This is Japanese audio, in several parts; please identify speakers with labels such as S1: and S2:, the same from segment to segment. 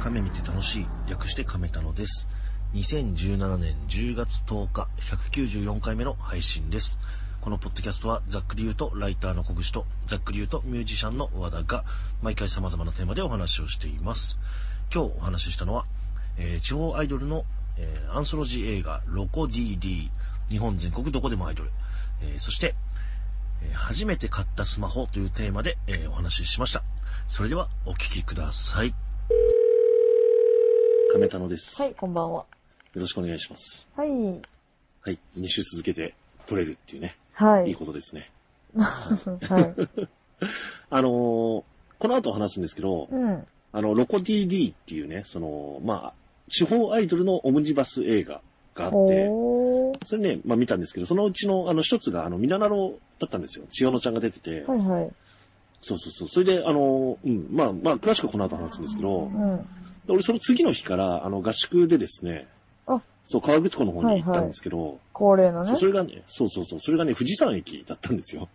S1: 亀見て楽しい略して亀太郎です2017年10月10日194回目の配信ですこのポッドキャストはざっくり言うとライターの小口とざっくり言うとミュージシャンの和田が毎回様々なテーマでお話をしています今日お話ししたのは、えー地方アイドルの、えーアンソロジー映画「ロコ DD」日本全国どこでもアイドル、えーそしてえー初めて買ったスマホというテーマで、えーお話ししました。それではお聞きください。亀田野です。
S2: はい、こんばんは。
S1: よろしくお願いします。
S2: はい。
S1: はい。2週続けて撮れるっていうね、
S2: はい
S1: い
S2: い。
S1: ことですね。
S2: はい。
S1: あのーこの後話すんですけど、
S2: うん。
S1: あの、ロコ DD っていうね、その、まあ、地方アイドルのオムニバス映画があって、
S2: おー。
S1: それね、まあ見たんですけど、そのうちの、あの、一つが、あの、ミナナロだったんですよ。千代野ちゃんが出てて、
S2: はいはい。
S1: そうそうそう。それで、あの、うん、まあ、まあ、詳しくはこの後話すんですけど、
S2: うん。
S1: で俺その次の日から、あの、合宿でですね、
S2: あ
S1: そう、川口湖の方に行ったんですけど、
S2: 恒例の
S1: そう
S2: ね
S1: そ。れがね、そうそうそう、それがね、富士山駅だったんですよ。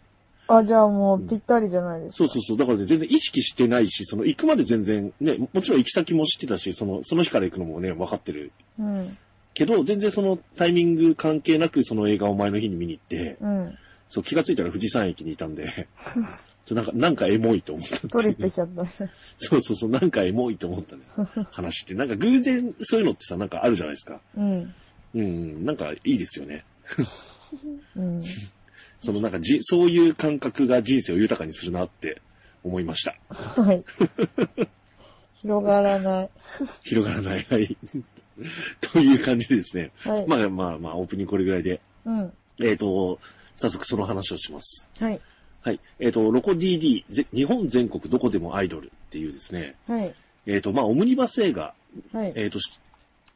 S2: あ、じゃあもうぴったりじゃないですか。
S1: そうそうそう、だからね、全然意識してないし、その行くまで全然、ね、ももちろん行き先も知ってたし、その、その日から行くのもね、分かってる。
S2: う。うん。
S1: けど、全然そのタイミング関係なくその映画を前の日に見に行って、
S2: うん。
S1: そう気がついたら富士山駅にいたんで、ちょなんか、なんかエモいと思ったっていう
S2: トリップしちゃったね。
S1: そうそうそう、なんかエモいと思ったね。話って。なんか偶然そういうのってさ、なんかあるじゃないですか。
S2: うん。
S1: うんうん、なんかいいですよね。
S2: うん。
S1: そのなんかじ、そういう感覚が人生を豊かにするなって思いました。
S2: はい。広がらない。
S1: 広がらない。はい。 という感じでですね。
S2: はい。
S1: まあまあまあ、オープニングこれぐらいで。
S2: うん。
S1: えっ、と、早速その話をします。
S2: はい。
S1: はい。えっ、と、ロコ DD、ぜ日本全国どこでもアイドルっていうですね。
S2: はい。
S1: えっ、と、まあ、オムニバス映画。
S2: はい。
S1: えっ、と、し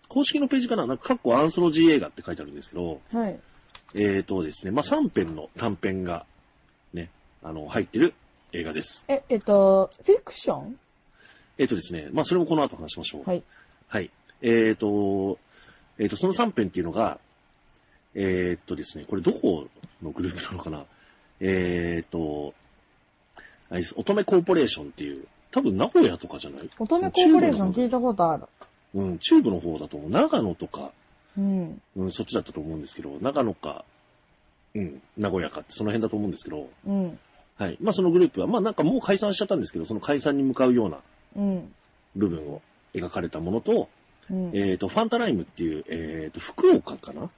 S1: 公式のページかななんか、カッコアンソロジー映画って書いてあるんですけど、
S2: はい。
S1: えーとですね、まあ、3編の短編が、ね、あの、入ってる映画です。
S2: え、えっと、フィクション
S1: えーとですね、まあ、それもこの後話しましょう。
S2: はい。
S1: はい。えーと、えーと、その3編っていうのが、えーとですね、これどこのグループなのかなえーと、あれです乙女コーポレーションっていう、多分名古屋とかじゃない
S2: 乙女コーポレーション聞いたことある。
S1: うん、中部の方だと思う。長野とか、
S2: うん。
S1: うん、そっちだったと思うんですけど、長野か、うん、名古屋かってその辺だと思うんですけど、
S2: うん。
S1: はい。まあそのグループは、まあなんかもう解散しちゃったんですけど、その解散に向かうような
S2: うん。
S1: 部分を描かれたものと、
S2: うん。
S1: えっ、と、ファンタライムっていう、えっ、と、福岡かな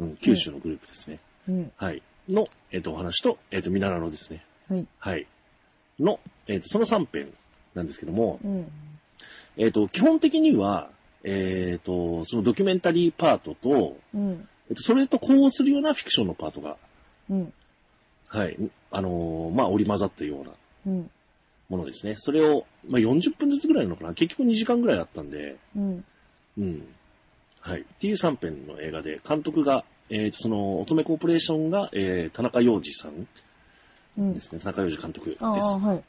S1: うん、九州のグループですね。
S2: うん。
S1: はい。の、えっ、と、お話と、えっ、と、ミナラロですね。
S2: はい。
S1: はい。の、えっ、と、その3編なんですけども、
S2: うん。
S1: えっ、と、基本的には、えっ、と、そのドキュメンタリーパートと、
S2: うん。
S1: えっ、と、それと呼応するようなフィクションのパートが、
S2: うん。
S1: はい。あのーまあ、織り交ざったような
S2: うん。
S1: ものですね。それを、まあ、40分ずつぐらいなのかな。結局2時間ぐらいあったんで、
S2: うん。
S1: うん。はい。っていう3編の映画で、監督が、えーと、その、乙女コーポレーションが、えー、田中洋二さん
S2: うん
S1: で。すね。田中洋二監督で
S2: ああ、
S1: す。
S2: はい。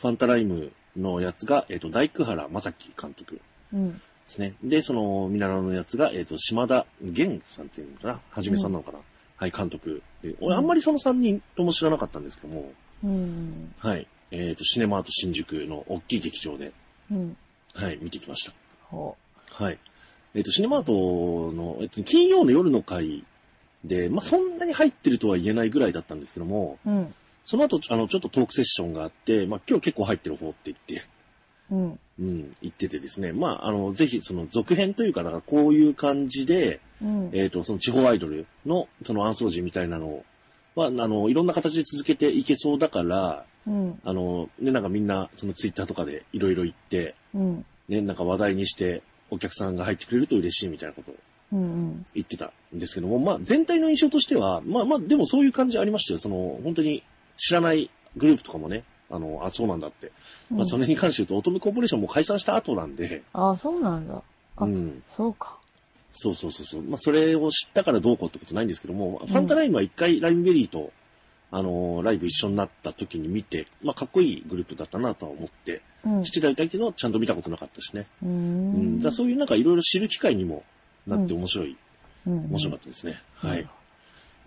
S1: ファンタライムのやつが、えーと、大工原正樹監督で
S2: うん。
S1: すね。で、その、ミナラのやつが、えーと、島田玄さんっていうのかな。はじめさんなのかな。はい、監督で。俺、あんまりその3人とも知らなかったんですけども、
S2: うん。
S1: はい。えーと、シネマート新宿の大きい劇場で、
S2: うん。
S1: はい、見てきました。
S2: ほ
S1: はい。えっ、と、シネマートの、えっと、金曜の夜の回で、まあ、そんなに入ってるとは言えないぐらいだったんですけども、
S2: う。うん。
S1: その後、あの、ちょっとトークセッションがあって、まあ、今日結構入ってる方って言って、
S2: うん。
S1: うん、言っててですね。まあ、あの、ぜひ、その、続編というか、だからこういう感じで、
S2: うん。
S1: えっ、と、その地方アイドルの、その、アンソロジーみたいなのは、あの、いろんな形で続けていけそうだから、
S2: うん。
S1: あの、ね、なんかみんな、その、ツイッターとかでいろいろ言って、
S2: うん。
S1: ね、なんか話題にして、お客さんが入ってくれると嬉しいみたいなことを
S2: うん。
S1: 言ってたんですけども、まあ全体の印象としては、まあまあでもそういう感じありましたよ。その、本当に知らないグループとかもね、あの、あ、そうなんだって。まあそれに関して言うと、乙女コーポレーションも解散した後なんで、
S2: ああ、そうなんだ。あ
S1: うん。
S2: そうか。
S1: そうそうそうそう。まあそれを知ったからどうこうってことないんですけども、ファンタライムは一回ライムベリーと、あの、ライブ一緒になった時に見て、まあかっこいいグループだったなとは思って、
S2: うん。
S1: 知ってただけど、ちゃんと見たことなかったしね。
S2: う
S1: うん。
S2: ん
S1: だからそういうなんかいろいろ知る機会にもなって面白い、面
S2: 面
S1: 白か
S2: っ
S1: ったですね。はい。。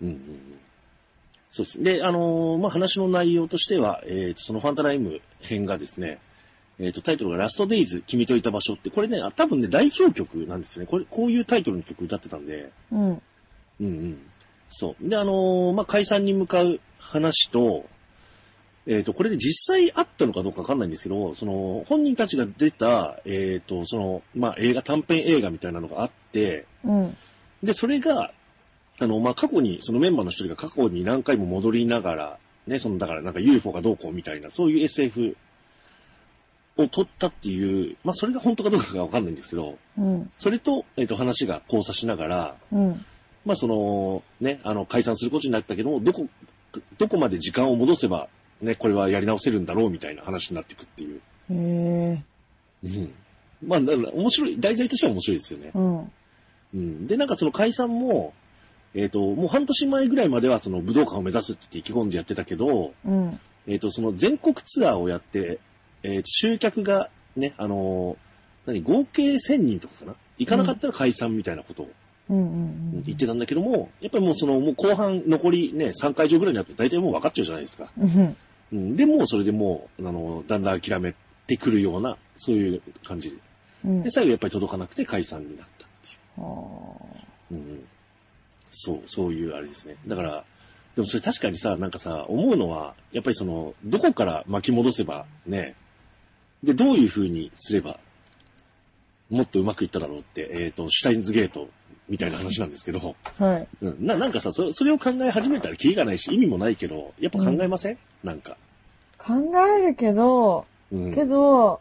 S1: うんうんうんそうです。で、あのーまあ、話の内容としては、えーとそのファンタライム編がですね、えっ、と、タイトルがラストデイズ、君といた場所って、これね、あ多分ね、代表曲なんですよね。これ、こういうタイトルの曲歌ってたんで、
S2: う
S1: う
S2: ん。
S1: んうん。そう。で、あのーまあ、解散に向かう話と、えっ、と、これで実際あったのかどうかわかんないんですけど、その、本人たちが出た、えっ、と、その、まあ、映画、短編映画みたいなのがあって、
S2: うん。
S1: で、それが、あの、まあ、過去に、そのメンバーの一人が過去に何回も戻りながら、ね、その、だからなんか UFO がどうこうみたいな、そういう SF を撮ったっていう、まあ、それが本当かどうかがわかんないんですけど、
S2: うん。
S1: それと、えっ、と、話が交差しながら、
S2: うん。
S1: まあその、ね、あの、解散することになったけども、どこ、どこまで時間を戻せば、ね、これはやり直せるんだろうみたいな話になっていくっていう。
S2: へえ。
S1: うん。まあ、だから面白い、題材としては面白いですよね。
S2: うん。
S1: うん。で、なんかその解散も、えっ、と、もう半年前ぐらいまではその武道館を目指すって言って意気込んでやってたけど、
S2: うん。
S1: えっ、と、その全国ツアーをやって、えーと集客がね、あのー何、合計1000人とかかな行かなかったら解散みたいなことを
S2: うん。うん。
S1: 言ってたんだけども、やっぱりもうその、もう後半残りね、3会場ぐらいになって大体もう分かっちゃうじゃないですか。
S2: うん。
S1: うん、で、もうそれでもう、あの、だんだん諦めてくるような、そういう感じで。
S2: うん。
S1: で、最後やっぱり届かなくて解散になったってい
S2: あー
S1: う。うんうん、そう、そういうあれですね。だから、でもそれ確かにさ、なんかさ、思うのは、やっぱりその、どこから巻き戻せばね、で、どういう風にすれば、もっとうまくいっただろうって、えっ、と、シュタインズゲートみたいな話なんですけど、
S2: はい。
S1: うん、な、なんかさ、それそれを考え始めたらキリがないし、意味もないけど、やっぱ考えません、なんか。
S2: 考えるけど、
S1: うん。
S2: けど、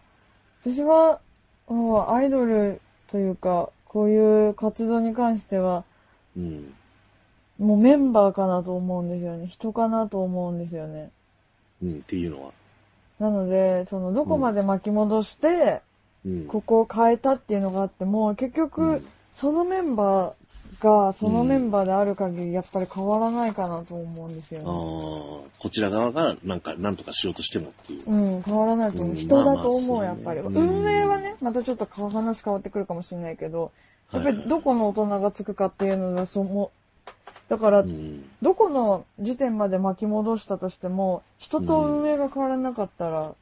S2: 私は、もうアイドルというか、こういう活動に関しては、
S1: うん。
S2: もうメンバーかなと思うんですよね。人かなと思うんですよね。
S1: うん、っていうのは。
S2: なので、その、どこまで巻き戻して、
S1: うん。
S2: ここを変えたっていうのがあっても、結局、
S1: うん
S2: そのメンバーが、そのメンバーである限り、やっぱり変わらないかなと思うんですよ
S1: ああ、
S2: ね。
S1: こちら側が、なんか、なんとかしようとしてもっていう。
S2: うん、変わらないと思う。
S1: うん
S2: 人だと
S1: まあ
S2: 思う、
S1: まあ
S2: やっぱり。
S1: そうね
S2: 運営はね、またちょっと話変わってくるかもしれないけど、やっぱ
S1: は
S2: り
S1: い
S2: どこの大人がつくかっていうのが、その、だから
S1: う、ん。
S2: どこの時点まで巻き戻したとしても、人と運営が変わらなかったら、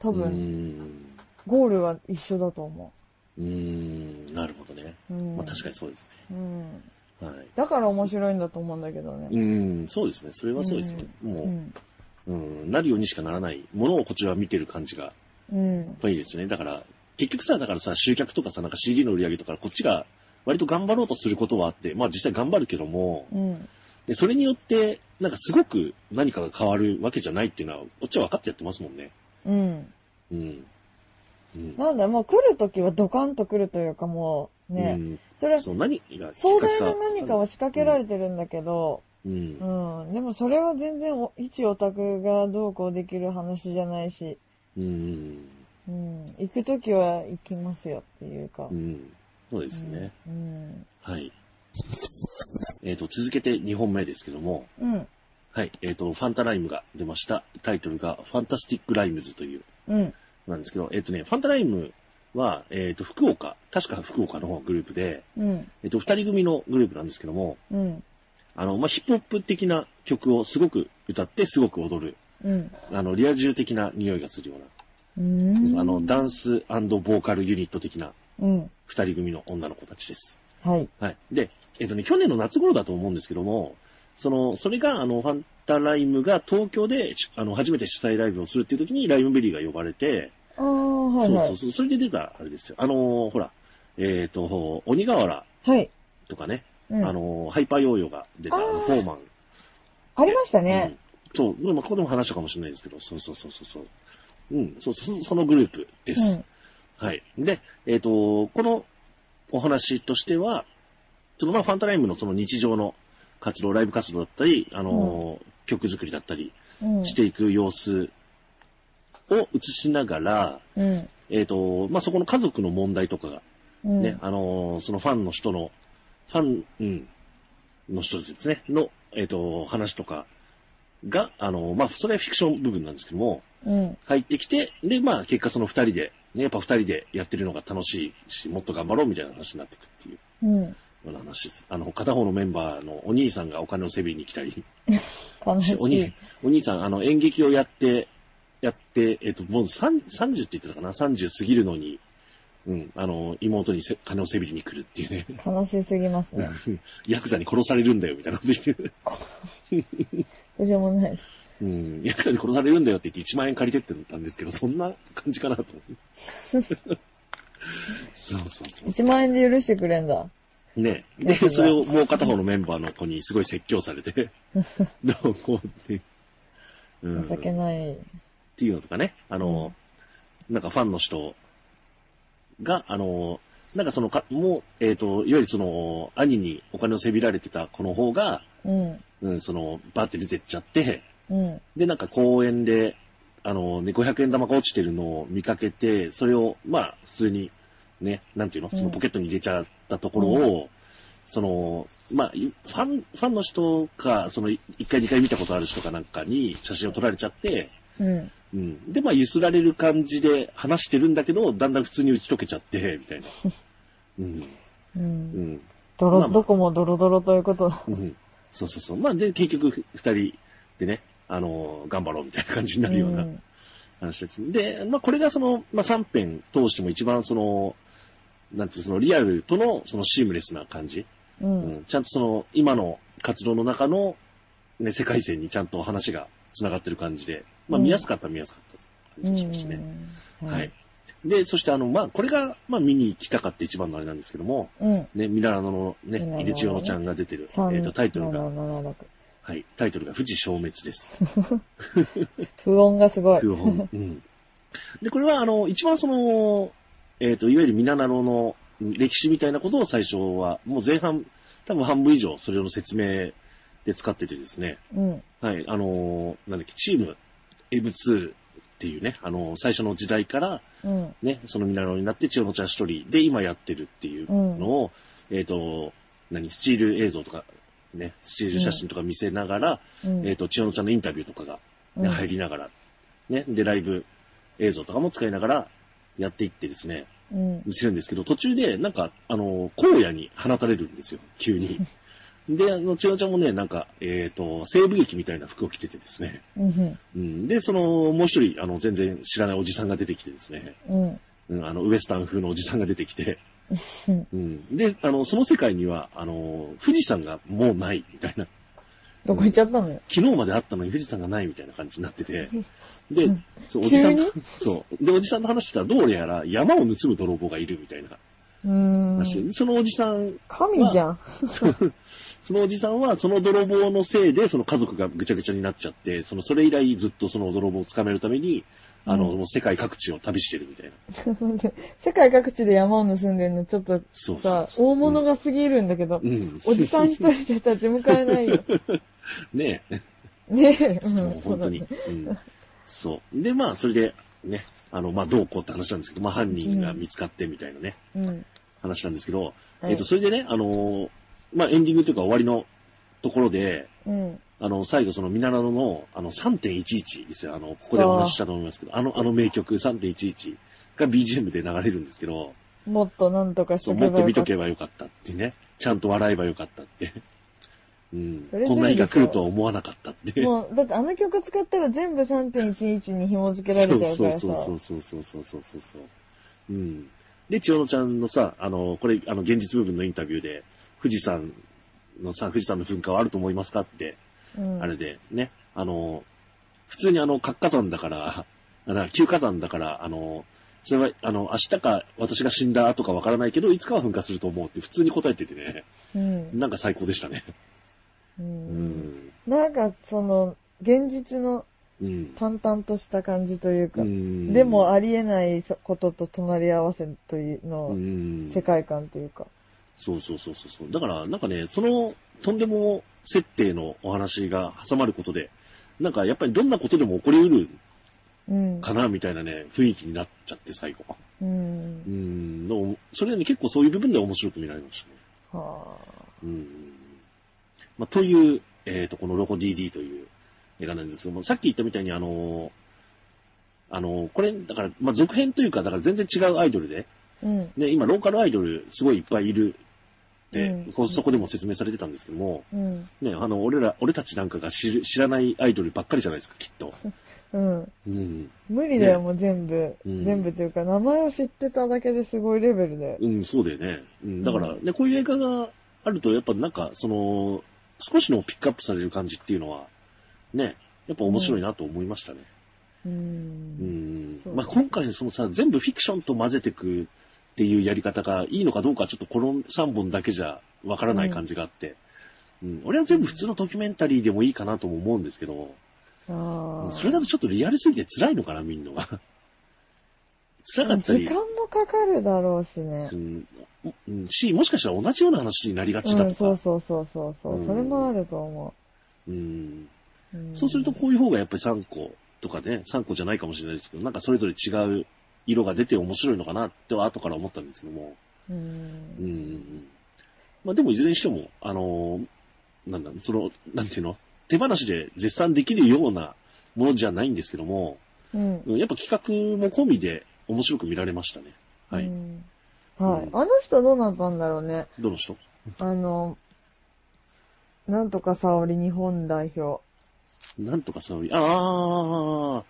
S2: 多
S1: う
S2: 分、
S1: ん。
S2: ゴールは一緒だと思
S1: うん。なるほどね。
S2: う。うん。
S1: まあ確かにそうです
S2: うん。
S1: ね。はい。
S2: だから面白いんだと思うんだけどね。
S1: うん、そうですね。それはそうですね。
S2: う
S1: も
S2: ん。
S1: う、うん、なるようにしかならないものをこちらは見てる感じが、やっ
S2: うん。
S1: ぱいいですね。だから、結局さ、だからさ、集客とかさ、なんか CD の売り上げとか、こっちが、割と頑張ろうとすることはあって、まあ実際頑張るけども、
S2: うん。
S1: で、それによって、なんかすごく何かが変わるわけじゃないっていうのは、こっちは分かってやってますもんね。
S2: うん。
S1: うん。うん。
S2: なんだ、もう来るときはドカンと来るというかもうね、そうれ
S1: ん、、そう、何が
S2: 壮大な何かを仕掛けられてるんだけど、
S1: うん
S2: う。ん。でもそれは全然お、一オタクがどうこうできる話じゃないし、
S1: うん。
S2: うん。行くときは行きますよっていうか。
S1: う
S2: うん
S1: ん。そうですね。。
S2: うん。
S1: はい。えっ、と、続けて2本目ですけども、
S2: うん。
S1: はい。えっ、と、ファンタライムが出ました。タイトルが、ファンタスティックライムズという、
S2: うん。
S1: なんですけど、えっ、とね、ファンタライムは、えっ、と、福岡、確か福岡の方グループで、
S2: うん。
S1: えっ、と、二人組のグループなんですけども、
S2: うん。
S1: あの、まあ、ヒップホップ的な曲をすごく歌って、すごく踊る。
S2: うん。
S1: あの、リア充的な匂いがするよう
S2: うん。
S1: な、あの、ダンスボーカルユニット的な
S2: うん。
S1: 二人組の女の子たちです。
S2: はい。
S1: はい。で、えっ、とね、去年の夏頃だと思うんですけども、その、それが、あの、ファンタライムが東京で、しあの、初めて主催ライブをするっていう時に、ライムベリーが呼ばれて、
S2: ああ、はいは
S1: そうそうそ
S2: い。
S1: う、それで出た、あれですよ。あのーほら、えっ、と、鬼瓦
S2: はい。
S1: とかね、
S2: うん。
S1: あのーハイパーヨーヨーが出た、あの、フォーマン
S2: ありましたね。
S1: うん、そう、まあ、ここでも話したかもしれないですけど、そうそうそうそうそう。うん、そうそう、そのグループで
S2: う
S1: す。はい。で、えっ、と、このお話としては、そのまあ、ファンタライムのその日常の活動、ライブ活動だったり、あのー曲作りだったり
S2: ん。うん。
S1: していく様子を映しながら、
S2: うん。
S1: えっ、と、まあ、そこの家族の問題とかが
S2: うん。
S1: ね、あのーそのファンの人の、ファン、うん、の人ですね、の、えっ、と、話とかが、あのーまあ、それはフィクション部分なんですけども、
S2: うん。
S1: 入ってきて、で、まあ、結果その二人で、ね、やっぱ二人でやってるのが楽しいし、もっと頑張ろうみたいな話になってくっていうよ
S2: うん。
S1: うな話です。あの、片方のメンバーのお兄さんがお金をせびりに来たり、
S2: 悲し
S1: お
S2: い
S1: 兄。お兄さん、あの、演劇をやって、やって、えっ、と、もう3 30って言ってたかな ?30 過ぎるのに、うん、あの、妹にせ金をせびりに来るっていうね。
S2: 悲しすぎますね。
S1: ヤクザに殺されるんだよ、みたいなこと言ってる。
S2: どうしようもない。
S1: うん、ヤクザに殺されるんだよって言って1万円借りてってたんですけど、そんな感じかなと思 って。そうそうそう。
S2: 1万円で許してくれんだ。
S1: ね
S2: ヤ
S1: で、
S2: クザ
S1: それをもう片方のメンバーの子にすごい説教されて、 どうこうって。うん、
S2: 情けない。
S1: っていうのとかね、あの、なんかファンの人が、あの、なんかそのか、もう、えっ、と、いわゆるその、兄にお金をせびられてた子の方が、
S2: うん。
S1: うん、その、バーって出てっちゃって、
S2: うん。
S1: で、なんか公園で、あの、ね、500円玉が落ちてるのを見かけて、それを、まあ、普通に、ね、なんていうの、
S2: うん
S1: そのポケットに入れちゃったところを、その、まあ、いファン、ファンの人か、その、1回2回見たことある人かなんかに写真を撮られちゃって、
S2: うん。
S1: うん。で、まあ、ゆすられる感じで話してるんだけど、だんだん普通に打ち解けちゃって、みたいな。うん。
S2: う。
S1: うんん。
S2: ど
S1: まあ
S2: ろ、
S1: まあ
S2: どこもドロドロということだ。
S1: うん。そうそうそう。まあ、で、結局、二人でね、あのー頑張ろうみたいな感じになるような
S2: うん
S1: 話です。で、まあ、これがその、まあ、3編通しても一番その、なんていうのそのリアルとの、そのシームレスな感じ。
S2: う。
S1: うんん。ちゃんとその、今の活動の中の、ね、世界線にちゃんと話が繋がってる感じで、まあ、
S2: うん
S1: 見やすかったら見やすかった
S2: う
S1: 感じがしましたね。
S2: ん。
S1: はい。。で、そしてあの、まあ、これが、まあ、見に来たかって一番のあれなんですけども、
S2: うん。
S1: ね、ミラノのね
S2: ミラノの、ね
S1: 井出千代ちゃんが出てる、えっ、
S2: 三
S1: と、タイトルが、
S2: 7776
S1: はい、タイトルが富士消滅です。
S2: 不穏がすごい。
S1: 空 本。うん。で、これはあの、一番その、えっ、と、いわゆるミラノの歴史みたいなことを最初は、もう前半、多分半分以上、それの説明で使っててですね、
S2: うん。
S1: はい、あの、なんだっけ、チーム M2 っていうね、あの、最初の時代から、
S2: うん。
S1: ね、そのミラノになって千代のちゃん一人で今やってるっていうのを、えっ、と、何、スチール映像とか、ね、スチール写真とか見せながら、
S2: うん。
S1: えっ、と、千代のちゃんのインタビューとかが、
S2: うん
S1: ね、入りながら、ね、で、ライブ映像とかも使いながらやっていってですね、
S2: うん。
S1: 見せるんですけど、途中で、なんか、あの、荒野に放たれるんですよ、急 に。で、あの、千代のちゃんもね、なんか、えっ、と、西部劇みたいな服を着ててですね、
S2: うん。
S1: うん、で、その、もう一人、あの、全然知らないおじさんが出てきてですね、
S2: うん。
S1: うん、あの、ウエスタン風のおじさんが出てき て、
S2: うん
S1: うん。で、あの、その世界には、あの、富士山がもうない、みたいな。
S2: どこ行っちゃったのよ。
S1: 昨日まであったのに富士山がないみたいな感じになって て。で、そう、おじさんと、そう。で、おじさんと話してたら、どうやら山を盗む泥棒がいるみたいな
S2: うー
S1: 話、
S2: ん。
S1: そのおじさん、
S2: 神じゃん。
S1: そのおじさんは、その泥棒のせいで、その家族がぐちゃぐちゃになっちゃって、その、それ以来ずっとその泥棒を捕めるために、あの、
S2: うん
S1: もう世界各地を旅してるみたいな。
S2: 世界各地で山を盗んでるの、ちょっ
S1: そ
S2: と
S1: うそう
S2: さ、
S1: そう
S2: 大物が過ぎるんだけど、
S1: うん。
S2: おじさん一人じゃ立ち向かえない よ。
S1: ねえ。
S2: ねえ。 うん
S1: もう本当に。うんそう。で、まあ、それで、ね、あの、まあ、どうこうって話なんですけど、まあ、犯人が見つかってみたいなね、
S2: そうだね
S1: 話なんですけど、
S2: うん。
S1: えっと、それでね、あのーまあ、エンディングというか終わりのところで、
S2: うん。
S1: あの、最後その、ミナラノの、あの、3.11ですよ。あの、ここでお話ししたと思いますけど、あの、あの名曲3.11が BGM で流れるんですけど、
S2: もっとなんとかし
S1: そう、
S2: と
S1: も
S2: け
S1: っ
S2: ば
S1: と見
S2: よ
S1: と
S2: かった。
S1: けばよかったってね、ちゃんと笑えばよかったって。うん。
S2: それ
S1: こんな日が
S2: ず
S1: 来
S2: るいですよ
S1: るとは思わなかったって。
S2: もう、だってあの曲使ったら全部3.11に紐付けられちゃうからさ。
S1: そうそうそうそうそうそうそう。うん。で、千代野ちゃんのさ、あの、これ、あの、現実部分のインタビューで、富士山のさ、富士山の噴火はあると思いますかって、
S2: うん
S1: あれで、ね、あの、普通にあの、活火山だから、あの、旧火山だから、あの、それは、あの、明日か私が死んだとかわからないけど、いつかは噴火すると思うって普通に答えててね、
S2: うん。
S1: なんか最高でしたね。
S2: う。
S1: うんん。
S2: なんか、その、現実の
S1: うん。
S2: 淡々とした感じというか、
S1: うん
S2: でも、ありえないことと隣り合わせという
S1: う
S2: の
S1: ん
S2: 世界観というか。
S1: そうそうそうそうそう。だから、なんかね、その、とんでも設定のお話が挟まることで、なんかやっぱりどんなことでも起こりうる
S2: うん。
S1: かな、みたいなね、雰囲気になっちゃって、最後。
S2: うん
S1: う。ん、のそれはね、結構そういう部分で面白く見られましたね。
S2: はあ。
S1: うん。まあ、という、えっ、と、このロコ DD という映画なんですけども、さっき言ったみたいに、あのーあのーこれ、だから、まあ、続編というか、だから全然違うアイドルで、
S2: うん。
S1: ね、今、ローカルアイドル、すごいいっぱいいるっって、
S2: うん
S1: こうそこでも説明されてたんですけども、
S2: うん。
S1: ね、あの、俺ら、俺たちなんかが知る知らないアイドルばっかりじゃないですか、きっと。
S2: うん。
S1: うん。
S2: 無理だよ、もう全部。
S1: うん
S2: 全部というか、名前を知ってただけですごいレベルだよ。
S1: うん、そうだよね。うん、だから、ね、こういう映画があると、やっぱなんか、その、少しのピックアップされる感じっていうのは、ね、やっぱ面白いなと思いましたね。
S2: う。
S1: うんん
S2: そう
S1: まあ、今回のそのさ、全部フィクションと混ぜてくっていうやり方がいいのかどうかはちょっとこの3本だけじゃわからない感じがあって、うん俺は全部普通のドキュメンタリーでもいいかなとも思うんですけど、
S2: ああ。
S1: それだとちょっとリアルすぎて辛いのかな、見んの が。辛かった
S2: 時
S1: り
S2: 間、もかかるだろうしね
S1: う。ん、うんし、もしかしたら同じような話になりがち
S2: う
S1: だ
S2: ん、
S1: と
S2: そう
S1: か、
S2: そうそうそうそう、
S1: うん
S2: それもあると思
S1: うん、
S2: う。ん
S1: そうするとこういう方がやっぱり3個とかね、3個じゃないかもしれないですけど、なんかそれぞれ違う色が出て面白いのかなっては後から思ったんですけども、
S2: う
S1: うん
S2: ん。
S1: うんうん。まあでもいずれにしても、あのーなんだ、その、なんていうの手放しで絶賛できるようなものじゃないんですけども、
S2: うん。
S1: うんやっぱ企画も込みで面白く見られましたね。はい。
S2: うんはい。
S1: うん
S2: あの人どうなったんだろうね。
S1: どの人
S2: あの、なんとか沙織日本代表。
S1: なんとかさおり、ああ、は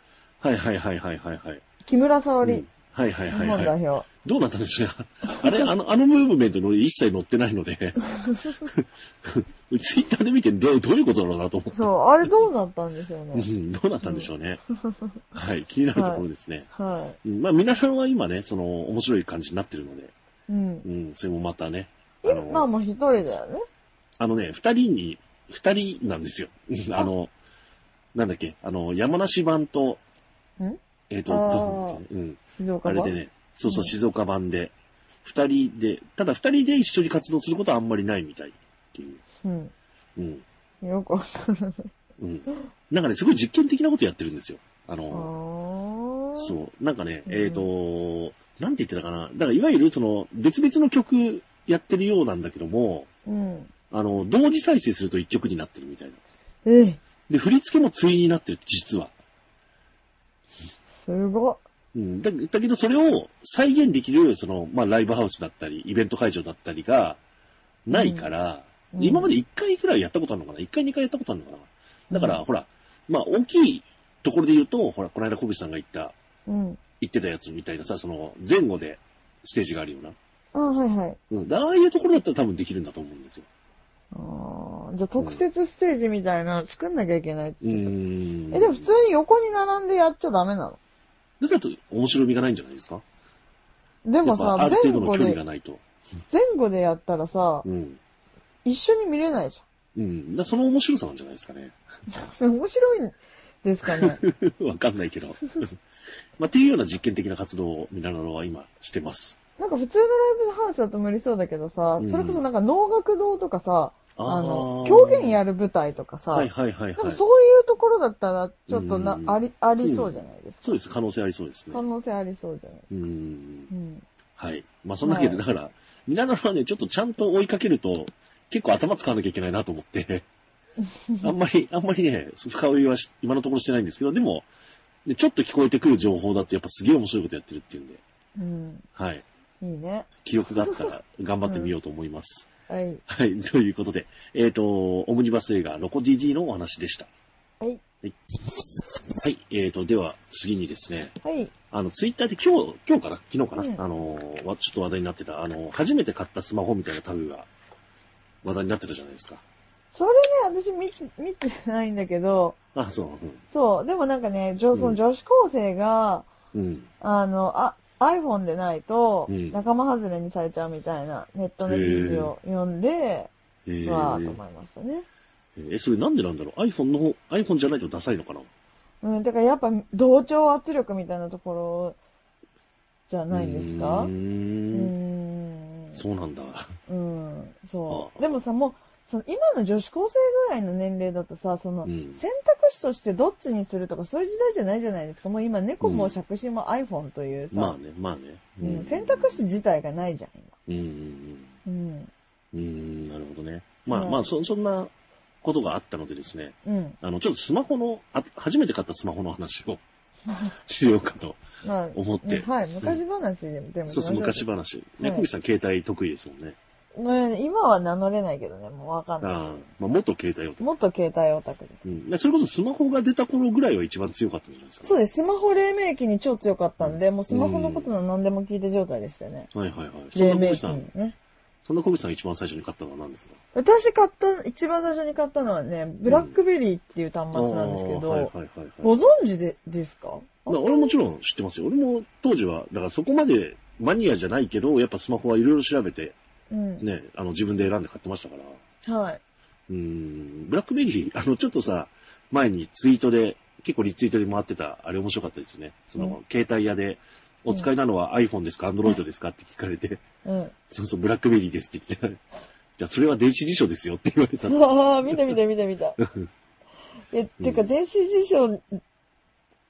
S1: いはいはいはいはいはい。
S2: 木村沙
S1: う
S2: 織
S1: ん、はいはい
S2: 日
S1: は
S2: 本
S1: い
S2: 代
S1: はい。
S2: 表。
S1: どうなったんでしょう あれ、あの、あのムーブメントに俺一切乗ってないので、 ツイッターで見てどうどういうことだろうなと思って。
S2: そう、あれどうなったんでしょう
S1: う
S2: ね。
S1: んどうなったんでしょうね。はい、気になるところですね。
S2: は
S1: うんまあ、皆さんは今ね、その、面白い感じになってるので、
S2: い。うん。
S1: うん、それもまたね、あ
S2: 今、まあ
S1: の、
S2: もう一人だよね。
S1: あのね、二人に、二人なんですよ。うんあの、なんだっけ、あの、山梨版と
S2: ん、
S1: えっ、と、
S2: あー
S1: どうなんですかねうん、
S2: 静岡
S1: あれ
S2: は
S1: でね、そうそうう、
S2: ん
S1: 静岡版で、二人で、ただ二人で一緒に活動することはあんまりないみたいっていう。
S2: うん。
S1: うん、
S2: よくわからない。
S1: うん。なんかね、すごい実験的なことやってるんですよ。あ
S2: あ
S1: の、
S2: ー
S1: そう。なんかね、
S2: うん
S1: えっ、と、なんて言ってたかな。だから、いわゆるその、別々の曲やってるようなんだけども、
S2: うん。
S1: あの、同時再生すると一曲になってるみたいな。
S2: え、
S1: で、振り付けも対になってるって、実は。
S2: すごっ。
S1: うん。だだけど、それを再現できる、その、まあ、ライブハウスだったり、イベント会場だったりが、ないから、
S2: うん
S1: 今まで1回ぐらいやったことあるのかな ?1 回2回やったことあるのかなだから、
S2: うん
S1: ほら、まあ、大きいところで言うと、ほら、この間小口さんが言った、
S2: うん。
S1: 言ってたやつみたいなさ、その、前後でステージがあるような。
S2: あはいはい。
S1: うん。ああいうところだったら多分できるんだと思うんですよ。
S2: ああ、じゃあ特設ステージみたいなの作んなきゃいけない。
S1: うーん。
S2: え、でも普通に横に並んでやっちゃダメなの
S1: だと面白みがないんじゃないですか
S2: でも
S1: やっぱあ
S2: さ
S1: る、程
S2: 前
S1: 度の距
S2: 後
S1: 離が
S2: で、
S1: ないと。
S2: 前後でやったらさ、
S1: うん。
S2: 一緒に見れないじ
S1: うん。だからその面白さなんじゃないですかね。
S2: ゃん。 面白いんですかね。
S1: わかんないけど。 まあ、っていうような実験的な活動をミラノロは今してます。
S2: なんか普通のライブハウスだと無理そうだけどさ
S1: うん、
S2: それこそなんか能楽堂とかさ、あ
S1: ー
S2: の、狂言やる舞台とかさ、
S1: はいはいはい
S2: なん
S1: は
S2: か
S1: い。
S2: そういうところだったら、ちょっとな、
S1: うん
S2: あり、ありそうじゃないですか。
S1: そうです。可能性ありそうですね
S2: 可。能性ありそうじゃないです
S1: うん
S2: か。う。ん。
S1: はい。まあ、そんなわけで、
S2: は
S1: だから、ミラノロはね、ちょっとちゃんと追いかけると、結構頭使わなきゃいけないなと思 って、あんまり、あんまりね、深追いはし今のところしてないんですけど、でも、でちょっと聞こえてくる情報だとやっぱすげえ面白いことやってるっていうんで、
S2: うん。
S1: はい。
S2: いいね。
S1: 記憶があったら頑張ってみようと思います。
S2: はい。
S1: はい、 ということで、えっ、と、オムニバス映画、ロコ DD のお話でした。
S2: はい。
S1: はい。はい、えっ、と、では、次にですね、
S2: はい。
S1: あの、ツイッターで今日、今日かな昨日かな、
S2: うん
S1: あのー、わちょっと話題になってた、あのー、初めて買ったスマホみたいなタグが、話題になってたじゃないですか。
S2: それね、私見て、見てないんだけど、
S1: あ、そう、
S2: そう、でもなんかね、女そ
S1: うん
S2: の女子高生が、
S1: うん。うん。
S2: あの、あ、iPhone でないと
S1: うん、
S2: 仲間外れにされちゃうみたいな、ネットの記事を読んで、
S1: えー
S2: わーと思いましたね。
S1: えーそれなんでなんだろう ?iPhone の、iPhone じゃないとダサいのかな
S2: うん、だからやっぱ同調圧力みたいなところじゃないですか
S1: うー
S2: うー
S1: ん。
S2: ん。
S1: そうなんだ。
S2: うん、そ
S1: あ
S2: う。でもさ、もう、その今の女子高生ぐらいの年齢だとさ、その、
S1: うん
S2: 選択肢としてどっちにするとかそういう時代じゃないじゃないですか。もう今、猫
S1: う
S2: も
S1: ん
S2: 借子も iPhone というさ、
S1: まあね、まあね。
S2: うん、選択肢自体がないじゃん、
S1: うんうんうん。
S2: 今。うん。
S1: うーん、なるほどね。まあ、
S2: うん
S1: まあそ、そんなことがあったのでですね、
S2: うん。
S1: あの、ちょっとスマホの、あ初めて買ったスマホの話を しようかと
S2: まあ、
S1: 思って、
S2: はい、昔話でも、でも
S1: そうそう、昔話。ね、
S2: はい
S1: 小口さん携帯得意ですもんね。
S2: ね今は名乗れないけどね、もうわかん
S1: あ
S2: な
S1: ーまあ、元携帯オタ
S2: い。
S1: ク。
S2: もっと携帯オタクです
S1: う。ん。でそれこそスマホが出た頃ぐらいは一番強かったんじゃないですか。
S2: そうです。スマホ黎明期に超強かったんで、もうスマホのことなら何でも聞いた状態でしたよね。
S1: はいはいはい。そん
S2: 黎
S1: な小口
S2: 明期
S1: さん、
S2: にね。
S1: そんな小口さんが一番最初に買ったのは何ですか
S2: 私買った、一番最初に買ったのはね、ブラックベリーっていう端末なんですけど、
S1: あーはいはいはい、はい。
S2: ご存知でですか
S1: だから俺もちろん知ってますよ。俺も当時は、だからそこまでマニアじゃないけど、やっぱスマホはいろいろ調べて、
S2: うん。
S1: ね、あの自分で選んで買ってましたから。
S2: はい。
S1: うん、ブラックベリー、あのちょっとさ、前にツイートで、結構リツイートで回ってた、あれ面白かったですよね。その、
S2: う
S1: 携帯屋で、お使いなのは iPhone ですか ?Android ですかって聞かれて、
S2: うん。
S1: そうそう、ブラックベリーですって言って、 じゃあそれは電子辞書ですよって言われた。
S2: ああ、見て見て見て見た。え、てか、電子辞書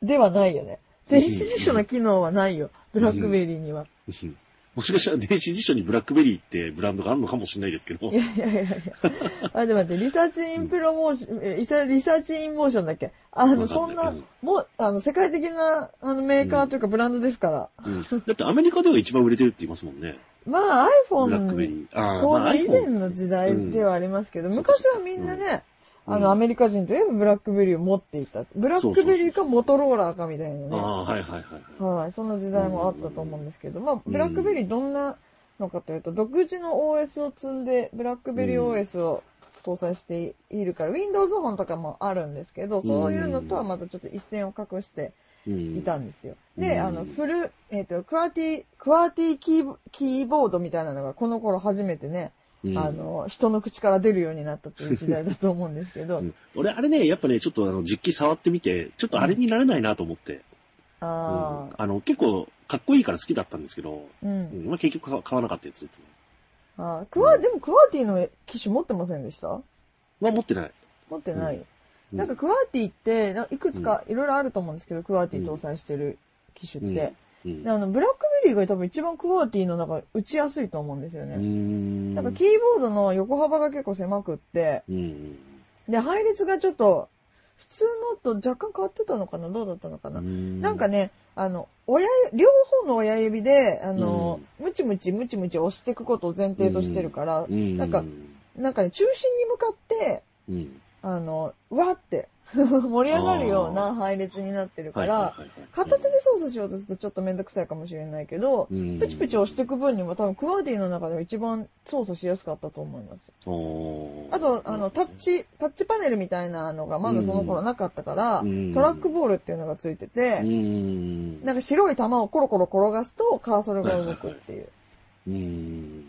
S2: ではないよね。電子辞書の機能はないよ。ブラックベリーには。
S1: うんもしかしたら電子辞書にブラックベリーってブランドがあるのかもしれないですけど
S2: い、やいやいやいや。あ、でも待って、リサーチインプロモーション、えリサリサーチインモーションだっけあの、
S1: わか
S2: そ
S1: ん
S2: ん
S1: ない
S2: な、もう、あの、世界的な、あの、メーカーというかブランドですから。
S1: うんだってアメリカでは一番売れてるって言いますもんね。
S2: まあ、
S1: ブラックベリ
S2: iPhone、
S1: ー。あー
S2: 当
S1: まあ、
S2: 然以
S1: iPhone
S2: 前の時代ではありますけど、
S1: うん
S2: 昔はみんなね、
S1: うん
S2: あの、アメリカ人といえばブラックベリーを持っていた。ブラックベリーかモトローラーかみたいなね。
S1: ああ、はいはいはい。
S2: はい、そんな時代もあったと思うんですけど、まあ、ブラックベリーどんなのかというと、独自の OS を積んで、ブラックベリー
S1: うん
S2: OS を搭載しているから、Windows フォンとかもあるんですけど、そういうのとはまたちょっと一線を画して
S1: うん
S2: いたんですよ。
S1: うん
S2: で、あの、フル、えっ、と、クワーティ、クワーティキーボキーボードみたいなのが、この頃初めてね、
S1: うん
S2: あの、人の口から出るようになったという時代だと思うんですけ ど、
S1: うん俺、あれね、やっぱね、ちょっとあの、実機触ってみて、ちょっとあれになれないなと思って。うん
S2: ああ、
S1: あの、結構、かっこいいから好きだったんですけど、
S2: うん。
S1: うんまあ、結局買わ買わなかったやつですね。
S2: あークワ、でもクワーティの機種持ってませんでした
S1: まあ、持ってない。
S2: 持ってない、
S1: うん
S2: なんかクワーティってないくつかいろいろあると思うんですけど、クワーティ搭載してる機種って、
S1: うん
S2: であのブラックベリーが多分一番クワーティの中打ちやすいと思うんですよ
S1: う
S2: ね、
S1: ん。
S2: なんかキーボードの横幅が結構狭くって
S1: うん。
S2: で配列がちょっと普通のと若干変わってたのかなどうだったのかな、なんか
S1: ね、
S2: ねあの親両方の親指であの、ムチムチムチムチ押していくことを前提としてるから
S1: う、ん。
S2: なんかなんかね中心に向かって
S1: うん、
S2: あの、うわって 盛り上がるような配列になってるから、
S1: はいはいはいはい
S2: 片手で操作しようとするとちょっとめんどくさいかもしれないけど、
S1: うん
S2: プチプチ押していく分にも多分クワーディの中では一番操作しやすかったと思います。
S1: おー
S2: あと、あの、タッチ、タッチパネルみたいなのがまだその頃なかったから、
S1: うん
S2: トラックボールっていうのがついて
S1: う
S2: て、
S1: ん。
S2: なんか白い球をコロコロ転がすとカーソルが動くっていう。
S1: うん。
S2: う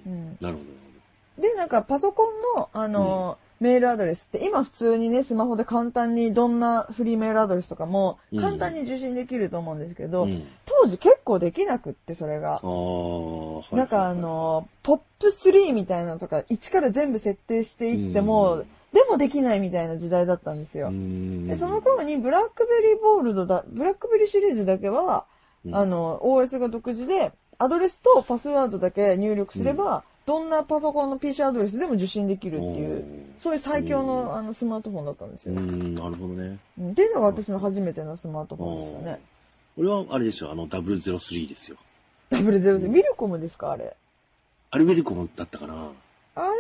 S2: ん
S1: なるほ
S2: で、なんかパソコンの、あの、メールアドレスって今普通にね、スマホで簡単にどんなフリーメールアドレスとかも
S1: うん
S2: 簡単に受信できると思うんですけ
S1: ど。
S2: ど、
S1: うん
S2: 当時結構できなくって、それが
S1: あ。ーはいはいはい
S2: なんかあの、ポップ3みたいなのとか、1から全部設定していっても、でもできないみたいな時代だったんです
S1: う
S2: よ。
S1: ん、
S2: で、その頃にブラックベリーボールドだ、ブラックベリーシリーズだけは、
S1: うん
S2: あの、OS が独自で、アドレスとパスワードだけ入力すれば、どんなパソコンの PC アドレスでも受信できるっていう、そういう最強
S1: うん
S2: のあのスマートフォンだったんです
S1: う
S2: よ。
S1: ん、なるほどね。
S2: うんっていうのが私の初めてのスマートフォンですよね。
S1: 俺はあれですよ、あの、003ですよ。
S2: ダブルゼロゼ
S1: う
S2: ロ。
S1: ん
S2: ミルコムですかあれ。
S1: あれウィルコムだったかな。
S2: あれ、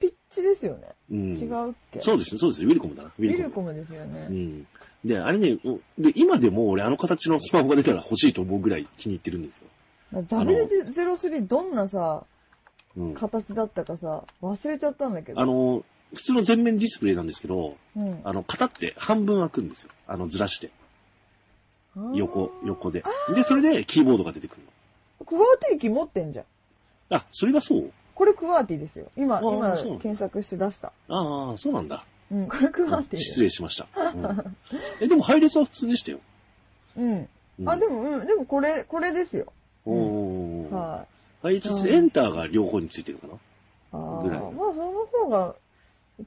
S2: ピッチですよね。
S1: うん。
S2: 違うっけ
S1: そうですね、そうですね、ウィルコムだな。ウ
S2: ミルコ
S1: ム。
S2: ムですよ
S1: う
S2: ね。
S1: ん。で、あれね、おで、今でも俺あの形のスマホが出たら欲しいと思うぐらい気に入ってるんですよ。
S2: ダブルゼロスリーどんなさ、
S1: うん。
S2: 形だったかさ、忘れちゃったんだけど。
S1: あの、普通の全面ディスプレイなんですけど、
S2: うん、
S1: あの、型って半分開くんですよ。あの、ずらして。横、横で。で、それでキーボードが出てくる
S2: あ。クワーティー機持ってんじゃん。
S1: の。あ、それがそう
S2: これクワーティーですよ。今、
S1: あー
S2: 今
S1: そうなんだ
S2: 検索して出した。
S1: ああ、そうなんだ。
S2: うん、これクワーティー
S1: 失礼しました。うんえ、でも配列は普通でしたよ。
S2: うん。
S1: うん
S2: あ、でも、うん、でもこれ、これですよ。
S1: おー。
S2: はい。
S1: 配列ですねエンターが両方についてるかな。
S2: ああ
S1: ぐらい
S2: ー、まあその方が、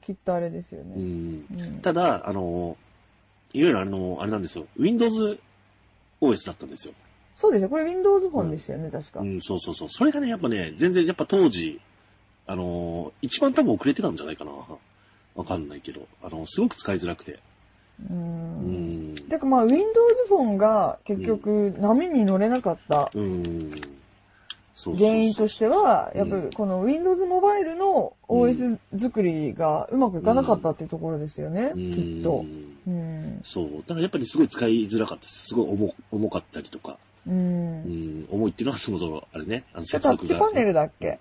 S2: きっとあれですよ
S1: う
S2: ね。
S1: ん。
S2: うん。
S1: ただ、あの、いわゆるあれの、あれなんですよ。Windows OS だったんですよ。
S2: そうですよ。これ Windows フォンでしたよね、確か
S1: う。ん、そうそうそう。それがね、やっぱね、全然、やっぱ当時、あの、一番多分遅れてたんじゃないかな。わかんないけど。あの、すごく使いづらくて。
S2: う。
S1: うんん。
S2: だからまあ、Windows フォンが結局、波に乗れなかった
S1: うん。
S2: 原因としては、やっぱりこの Windows モバイルの OS 作りがうまくいかなかったっていうところですよね、
S1: うん
S2: きっと。う
S1: うん
S2: ん。
S1: そう。だからやっぱりすごい使いづらかったです。すごい重重かったりとか。
S2: う。
S1: うんん、重いっていうのはそもそも、あれね、あの
S2: タ
S1: 接
S2: ッ
S1: 続
S2: チ
S1: が
S2: パ。ネルだっけ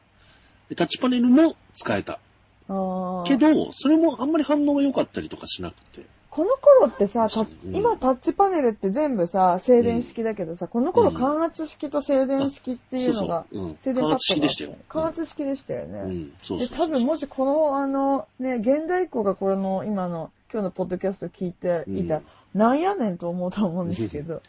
S1: でタッチパネルも使えた。
S2: ああ。
S1: けど、それもあんまり反応が良かったりとかしなくて。
S2: この頃ってさ、タッ
S1: うん
S2: 今タッチパネルって全部さ、静電式だけどさ、この頃
S1: うん
S2: 感圧式と静電式っていうのが、
S1: そうそう。うん。
S2: 静
S1: 感
S2: 電パッドがあっ
S1: 圧式でしたよ。
S2: 感圧式でしたよ
S1: う
S2: ね。
S1: ん、そうそ
S2: で、
S1: うそう。
S2: 多分もしこの、あの、ね、現代っ子がこれの、今の、今日のポッドキャスト聞いていたら、なんやねんと思うと思うんですけど、
S1: うん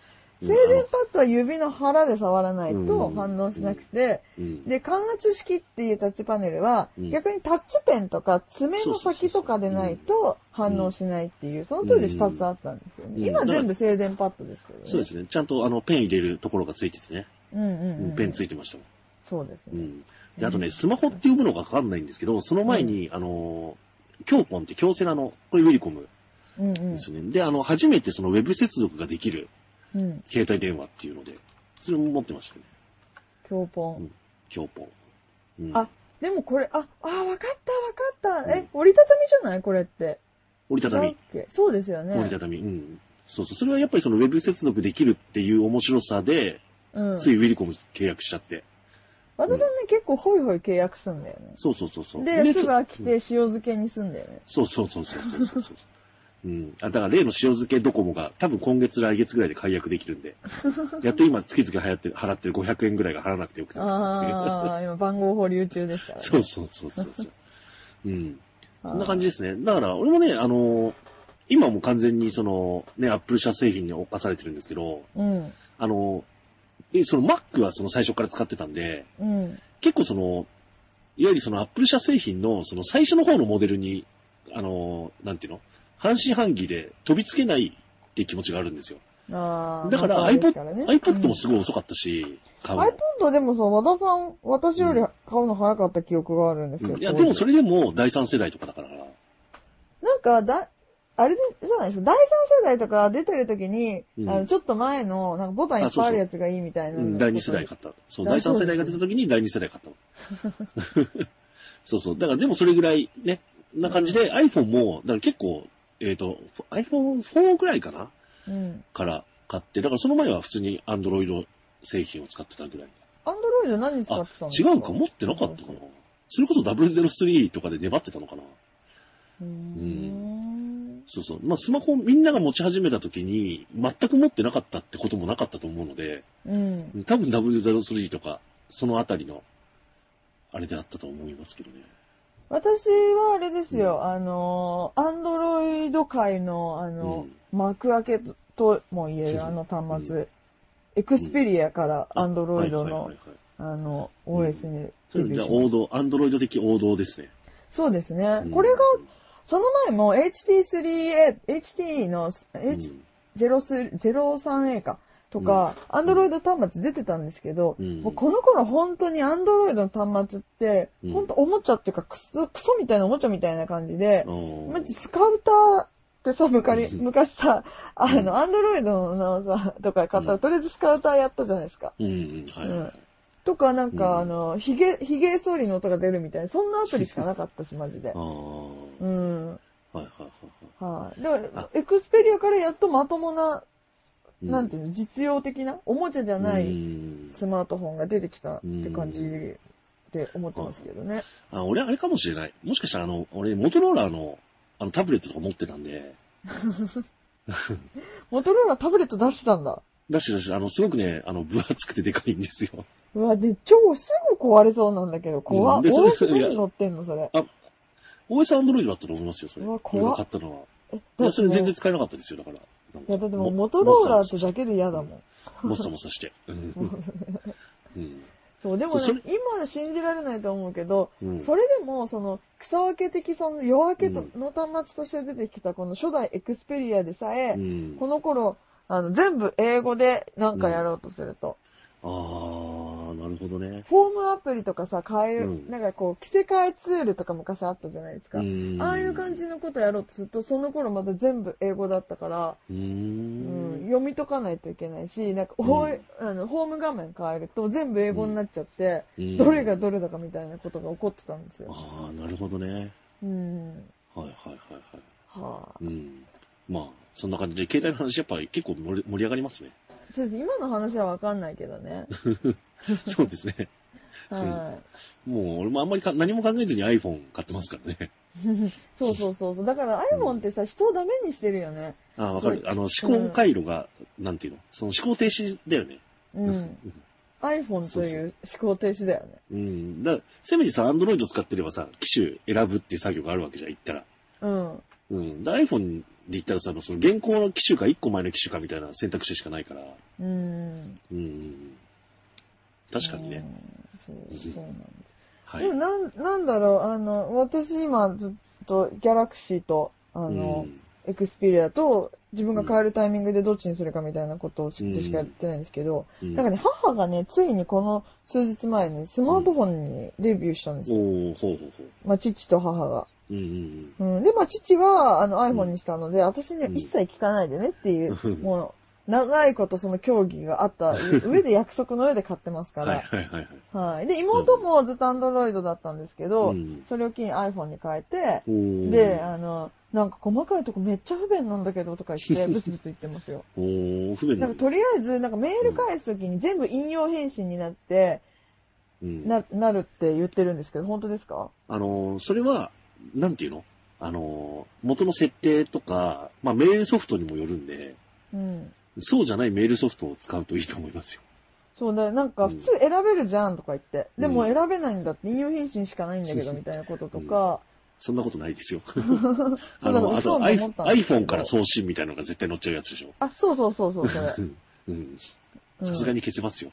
S2: 静電パッドは指の腹で触らないと
S1: うん
S2: 反応しなくて、
S1: うん、
S2: で、感圧式っていうタッチパネルは、
S1: うん
S2: 逆にタッチペンとか爪の先とかでないと反応しないっていう、その当時二つあったんですよ
S1: うん
S2: ね。今全部静電パッドですけどね。。
S1: そうですすね。ちゃんとあの、ペン入れるところがついててね。
S2: うんうん、うん。
S1: ペンついてましたも
S2: そうです
S1: ん。う
S2: ね。
S1: ん。で、あとね、スマホって呼ぶのがわかんないんですけど、その前に、あのー、強コンって強制なの、これウィリコム
S2: うんうん
S1: ですね。で、あの、初めてそのウェブ接続ができる
S2: うん。
S1: 携帯電話っていうので、それも持ってましたね。
S2: 強ポン。
S1: 強ポン。うん。
S2: あでもこれ、あ、あ、わかったわかった。
S1: うん
S2: え、折りたたみじゃないこれって。
S1: 折りたた
S2: 違う
S1: み
S2: っ。けそうですよね。
S1: 折りたたみ。うん。そうそう。それはやっぱりそのウェブ接続できるっていう面白さで、
S2: うん。
S1: ついウィリコム契約しちゃって。
S2: 和田さんね、結構ホイホイ契約すんだよね。
S1: そうそうそうそう。
S2: で、すぐ飽き
S1: そ
S2: て塩漬けにすんだよね。
S1: そうそうそうそうそうそうそう。うん。あ、だから例の塩漬けドコモが多分今月来月ぐらいで解約できるんで。 やっと今月々払ってる、払ってる500円ぐらいが払わなくてよくて。
S2: ああ、今番号保留中ですからね。
S1: そうそうそうそうそう。うん。
S2: あー
S1: こんな感じですね。だから俺もね、あのー今もう完全にその、ね、アップル社製品に侵されてるんですけど、
S2: うん。
S1: あのーえその Mac はその最初から使ってたんで、
S2: うん。
S1: 結構その、いわゆるそのアップル社製品のその最初の方のモデルに、あの、なんていうの半信半疑で飛びつけないっていう気持ちがあるんですよ。
S2: ああ。
S1: だから
S2: またあれですらね
S1: iPod もす
S2: うん
S1: ごい遅かったし、買うの
S2: iPod でもさ、和田さん、私より買うの早かった記憶があるんですけど。
S1: うんいや、でもそ
S2: れ。
S1: れでも第三世代とかだから。
S2: なんか、だ、あれで、じゃないですか。第三世代とか出てる時に、
S1: うん
S2: あの、ちょっと前の、なんかボタンいっぱいあるやつがいいみたいな。
S1: うん第二世代買った。そう、
S2: あ
S1: 第三世代が出た時に第二世代買ったの。 そうそう。だからでもそれぐらいね、な感じで iPhone も、だから結構、えっ、と、iPhone4 ぐらいかな
S2: うん。
S1: から買って、だからその前は普通に Android 製品を使ってたぐらい。
S2: アンドロイド何使
S1: あ
S2: ってたの、
S1: 違うか、持ってなかったかな。それこそ003とかで粘ってたのかな。
S2: うーん。
S1: そうそう。まあ、スマホをみんなが持ち始めた時に、全く持ってなかったってこともなかったと思うので、
S2: うん。
S1: 多分003とか、そのあたりの、あれであったと思いますけどね。
S2: 私はあれですよ、あの、アンドロイド界の、あの、幕開けとも言えるあの端末、エクスペリアからアンドロイド
S1: はいは
S2: の
S1: い、はいはい
S2: あの、
S1: うん
S2: OS に
S1: それ
S2: デビ
S1: じ
S2: ュー
S1: ゃあ
S2: しま
S1: 王
S2: した
S1: 道、アンドロイド的王道ですね。
S2: そうです
S1: う
S2: ね
S1: ん。
S2: これが、その前も HT3A、HT の、
S1: うん、
S2: H03A か、とか、アンドロイド端末出てたんですけど、
S1: うん
S2: もうこの頃本当にアンドロイドの端末って、
S1: うん
S2: 本当おもちゃっていうか、クソ、クソみたいなおもちゃみたいな感じで、
S1: うん
S2: マジスカウターってさ、昔
S1: うん
S2: 昔さ、あ
S1: う
S2: の、アンドロイドのさ、とか買った
S1: う
S2: ら、とりあえずスカウターやったじゃないですか。
S1: うん、うん、はいはいはい。
S2: とか、なん
S1: うん
S2: か、あの、ヒゲ、ヒゲ剃りの音が出るみたいな、そんなアプリしかなかったし、マジで
S1: あ。あ、
S2: うん。
S1: はいはいはいはい。
S2: はい。だから
S1: あ、
S2: エクスペリアからやっとまともな、
S1: う
S2: なんていうの、実用的な、おもちゃじゃな
S1: う
S2: い
S1: ん
S2: スマートフォンが出てきたって感じで思ってますけどね。
S1: あ、俺、あれかもしれない。もしかしたら、あの、俺、モトローラーの、あの、タブレットとか持ってたんで、
S2: モトローラタブレット出してたんだ。
S1: だしだし、あの、すごくね、あの、分厚くてでかいんですよ。
S2: うわ、で、超すぐ壊れそうなんだけど、怖
S1: うん
S2: っ。
S1: でそれ
S2: 大き
S1: いや
S2: 何乗ってんの、それ。
S1: OS アンドロイドだったと思いますよ、それ。
S2: うわ怖っ
S1: 俺が買ったのは。
S2: え、
S1: い
S2: だ
S1: や、
S2: って
S1: そ
S2: も
S1: れ
S2: う
S1: 全然使えなかったですよ、だから。なん
S2: い
S1: か
S2: や、だってもうモトローラーってだ
S1: も
S2: けで嫌だもん。
S1: もっさもさして。うん。うん
S2: そう、でも
S1: そうそ
S2: ね
S1: れ、
S2: 今は信じられないと思うけど、
S1: うん。
S2: それでも、その、草分け的、その、夜明けと
S1: う
S2: の端末として出てきた、この初代エクスペリアでさ
S1: う
S2: え、
S1: ん。
S2: この頃、あの、全部英語でなんかやろうとすると。
S1: あー、ななるほどね。
S2: フォームアプリとかさ、変える、
S1: うん
S2: なんかこう、着せ替えツールとか昔あったじゃないですか。
S1: うん
S2: ああいう感じのことやろうとすると、その頃まだ全部英語だったから、
S1: うー
S2: うん、
S1: ん。
S2: 読み解かないといけないし、なんかホー、あのホーム画面変えると全部英語になっちゃって、
S1: うん
S2: どれがどれだかみたいなことが起こってたんですよ。
S1: ああ、なるほどね。
S2: うん。
S1: はいはいはいはい。
S2: はあ。
S1: うん。まあ、そんな感じで、携帯の話やっぱり結構盛り盛り上がります ね。
S2: そうです。今の話はわかんないけどね。
S1: そうですね。
S2: はい。
S1: もう、俺もあんまりか何も考えずに iPhone 買ってますからね。
S2: そうそうそうそう。だから iPhone ってさ、人をダメにしてるよね。
S1: ああ、わかる
S2: そ。う
S1: あの、思考回路が、なんていうのその思考停止だよね。
S2: うん。iPhone という思考停止だよね。
S1: うん。だせめてさ、Android 使ってればさ、機種選ぶっていう作業があるわけじゃん、言ったら。
S2: うん。
S1: うん。で iPhone で言ったらさ、その現行の機種か1個前の機種かみたいな選択肢しかないから。
S2: うん。
S1: うん。確かに
S2: う
S1: ね。
S2: ん。そう、そうなんです。
S1: は
S2: でも
S1: い。
S2: なん、なんだろう、あの、私今ずっとギャラクシーと、あ
S1: あ
S2: の、エクスペリアと自分が変えるタイミングでどっちにするかみたいなことを知ってしかやってないんですけど、
S1: うん、
S2: なんかね、母がね、ついにこの数日前にスマートフォンにデビューしたんですよ。
S1: おおほうほうほ
S2: まあ、父と母が。
S1: う。うんうん
S2: うん。で、まあ、父は、あの、iPhone にしたので、私には一切聞かないでねっていうう、
S1: ん。
S2: もう、長いことその競技があった上で、約束の上で買ってますか
S1: はい
S2: ら。
S1: はいはいはい。
S2: はい。で、妹もずっと Android だったんですけど、
S1: ん、
S2: それを機に iPhone に変えて、
S1: おー
S2: で、あの、なんか細かいとこめっちゃ不便なんだけどとか言って、ブツブツ言ってますよ。
S1: おー不便
S2: な
S1: だね
S2: んかとりあえず、なんかメール返すときに全部引用返信になって、
S1: うん、
S2: な、なるって言ってるんですけど、本当ですか
S1: あのー、それは、なんていうのあのー、元の設定とか、まあメールソフトにもよるんで、
S2: うん。
S1: そうじゃないメールソフトを使うといいと思いますよ。
S2: そうだ、なんか普通選べるじゃんとか言って、でも選べないんだって、引用返信しかないんだけどみたいなこととか、
S1: そんなことないですよ。
S2: そ
S1: あ
S2: うだか
S1: の、
S2: ら
S1: あ
S2: 嘘
S1: と
S2: だと思
S1: iPhone
S2: ったんですけど
S1: iPhone から送信みたいなのが絶対載っちゃうやつでしょ。
S2: あ、そうそうそうそう、それ。
S1: うん。
S2: うん
S1: さすがに消せますよ。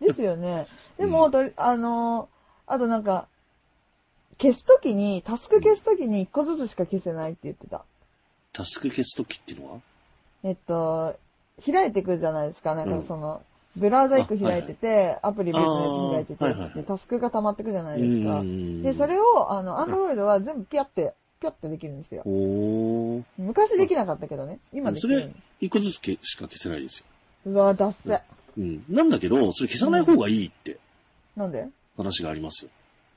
S2: ですよね。でも、とりあのー、あとなんか、消すときに、タスク消すときに一個ずつしか消せないって言ってた。
S1: タスク消すときっていうのは
S2: えっと、開いてくじゃないですか。なん
S1: う
S2: か
S1: ん
S2: その、ブラウザ一個開いてて、アプリ別のやつ開いて
S1: あーは
S2: て、
S1: いはい
S2: つってタスクが溜まってくじゃないですか。で、
S1: で
S2: それを、あの、アンドロイドは全部ピャって、ピャってできるんですよ。
S1: おー
S2: 昔できなかったけどね。今できるんです。
S1: 一個ずつけしか消せないですよ。
S2: うわ、ダッセ。
S1: うん。なんだけど、それ消さない方がいいって
S2: なんで
S1: 話がありますよ。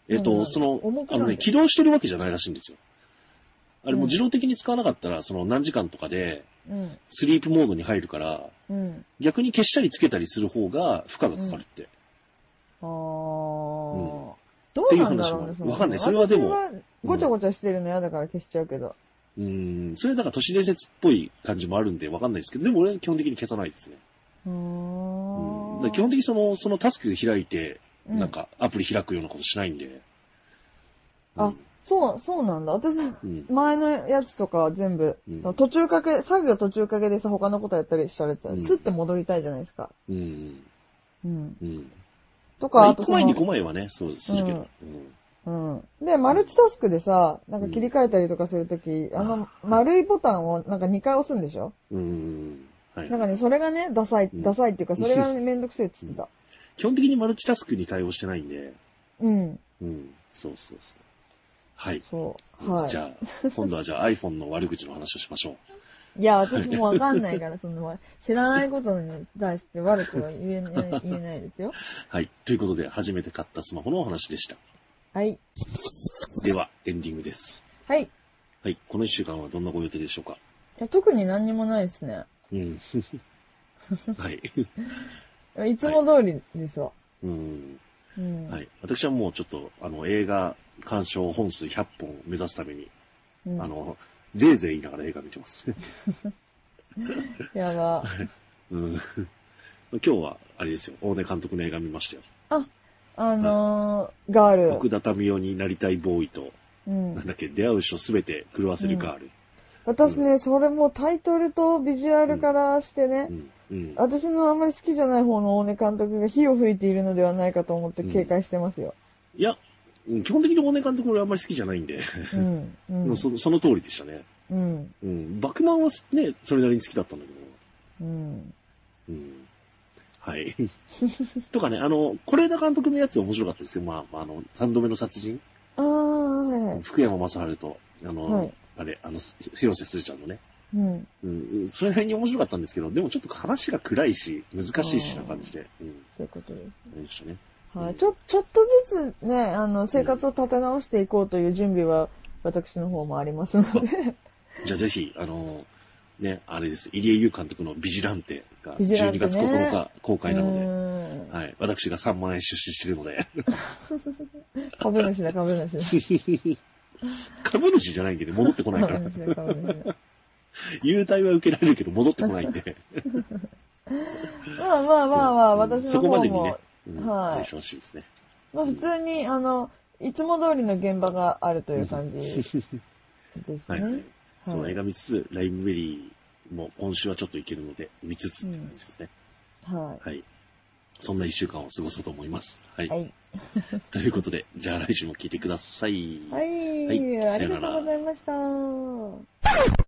S1: えっ
S2: うんう
S1: と、
S2: ん
S1: その
S2: 重く、な
S1: あ
S2: る
S1: のね、起動してるわけじゃないらしいんですよ。あれも
S2: う
S1: うん自動的に使わなかったら、その何時間とかで、
S2: うん。
S1: スリープモードに入るから、
S2: うん。
S1: 逆に消したりつけたりする方が負荷がかかるって。ん
S2: あーど
S1: っ、て
S2: うなんだろうね
S1: いう話もある
S2: の
S1: わかんないそれはでも
S2: 私はごちゃごちゃしてるの嫌だから消しちゃうけど。
S1: うん、それだから都市伝説っぽい感じもあるんでわかんないですけど、でも俺は基本的に消さないですね。
S2: うー
S1: うん
S2: ん。
S1: だから基本的にその、そのタスク開いて、
S2: うん
S1: なんかアプリ開くようなことしないんで。
S2: あそう、そうなんだ。私、
S1: うん。
S2: 前のやつとかは全部、
S1: うん
S2: その途中かけ、作業途中かけでさ、他のことやったりしたらさ、
S1: うん
S2: スッて戻りたいじゃないですか。
S1: うん。
S2: うん。
S1: うん。
S2: と
S1: ま
S2: か、
S1: あ
S2: あ
S1: 一
S2: と
S1: 個
S2: そ
S1: 前二
S2: の
S1: 個、前はね、そうするけど。うん
S2: うん。で、マルチタスクでさ、なんか切り替えたりとかするとき、
S1: ん
S2: あの、丸いボタンをなんか2回押すんでしょ
S1: うん。はい
S2: なん。かね、それがね、ダサい、
S1: うん
S2: ダサいっていうか、それがねめんどくせえっつってた。
S1: 基本的にマルチタスクに対応してないんで。
S2: うん。
S1: うん。そうそうそう。はい。
S2: そう。は
S1: じゃあ、今度はじゃあ iPhone の悪口の話をしましょう。
S2: い。いや、私もわかんないから、そ の、知らないことに対して悪くは言えない、言えないですよ。
S1: はい。ということで、初めて買ったスマホのお話でした。
S2: はい。
S1: では、エンディングです。
S2: はい。い
S1: はい。この一週間はどんなご予定でしょうか
S2: や、特に何にもないですね。
S1: うん。 はい。
S2: いつも通りですわ。
S1: うん。
S2: うん。
S1: はい。私はもうちょっと、あの、映画鑑賞本数100本を目指すために、
S2: うん
S1: あの、ぜいぜい言いながら映画見てます。
S2: やば。
S1: うん。 今日は、あれですよ。大根監督の映画見ましたよ。
S2: あのー、ガー
S1: 奥
S2: ル。
S1: 田民生になりたいボーイと、
S2: う
S1: なん
S2: ん。
S1: だっけ、出会う人すべて狂わせるガール。
S2: 私ね、それもうタイトルとビジュアルからしてね
S1: う、ん。うん。
S2: 私のあんまり好きじゃない方の大根監督が火を吹いているのではないかと思って
S1: うん
S2: 警戒してますよ。
S1: いや、うん基本的に大根監督俺あんまり好きじゃないんで、
S2: うん。う
S1: も
S2: ん
S1: う。そその通り でしたね。
S2: うん。
S1: うん。バクマンはね、それなりに好きだったんだけど。
S2: うん。
S1: うん。 はい。とかね、あの、是枝監督のやつ面白かったですよ。まあ、まあ、あの、三度目の殺人。
S2: ああ、はいはい。
S1: 福山雅治と、あの、
S2: はい
S1: あれ、あの、ひ広瀬すずちゃんのね。
S2: うん。
S1: うん、それなりに面白かったんですけど、でもちょっと話が暗いし、難しいしな感じで、うん、
S2: そういうことです。
S1: ありましたね。
S2: は
S1: うん
S2: い。ちょ、ちょっとずつね、あの、生活を立て直していこうという準備は、私の方もありますので、
S1: じゃあぜひ、あのーね、あれです。入江優監督のビジランテが
S2: ビジラ
S1: 12
S2: ンテね
S1: 月9日公
S2: う
S1: 開なので、
S2: ーん。
S1: はい。私が3万円出資してるので、
S2: 株主だ、株主だ。
S1: 株主じゃないんでね、戻ってこないから
S2: 株。主だ、株主だ。
S1: 優待は受けられるけど戻ってこないんで。
S2: まあまあ まあま
S1: そうう
S2: あ、
S1: ん
S2: 私
S1: そこ
S2: の
S1: ま
S2: 方
S1: でにね
S2: も、、
S1: うん、
S2: はい
S1: はい。してほしいですね。
S2: まあ普通に、あの、いつも通りの現場があるという感じです
S1: はい。
S2: ね。
S1: その映画見つつ、ラインベリーも今週はちょっといけるので、見つつって感じですね。
S2: は
S1: はい。そんな一週間を過ごそうと思います。はい。
S2: い。はい。
S1: ということで、じゃあ来週も聞いてください。
S2: はい。
S1: はい
S2: ありがとうございました。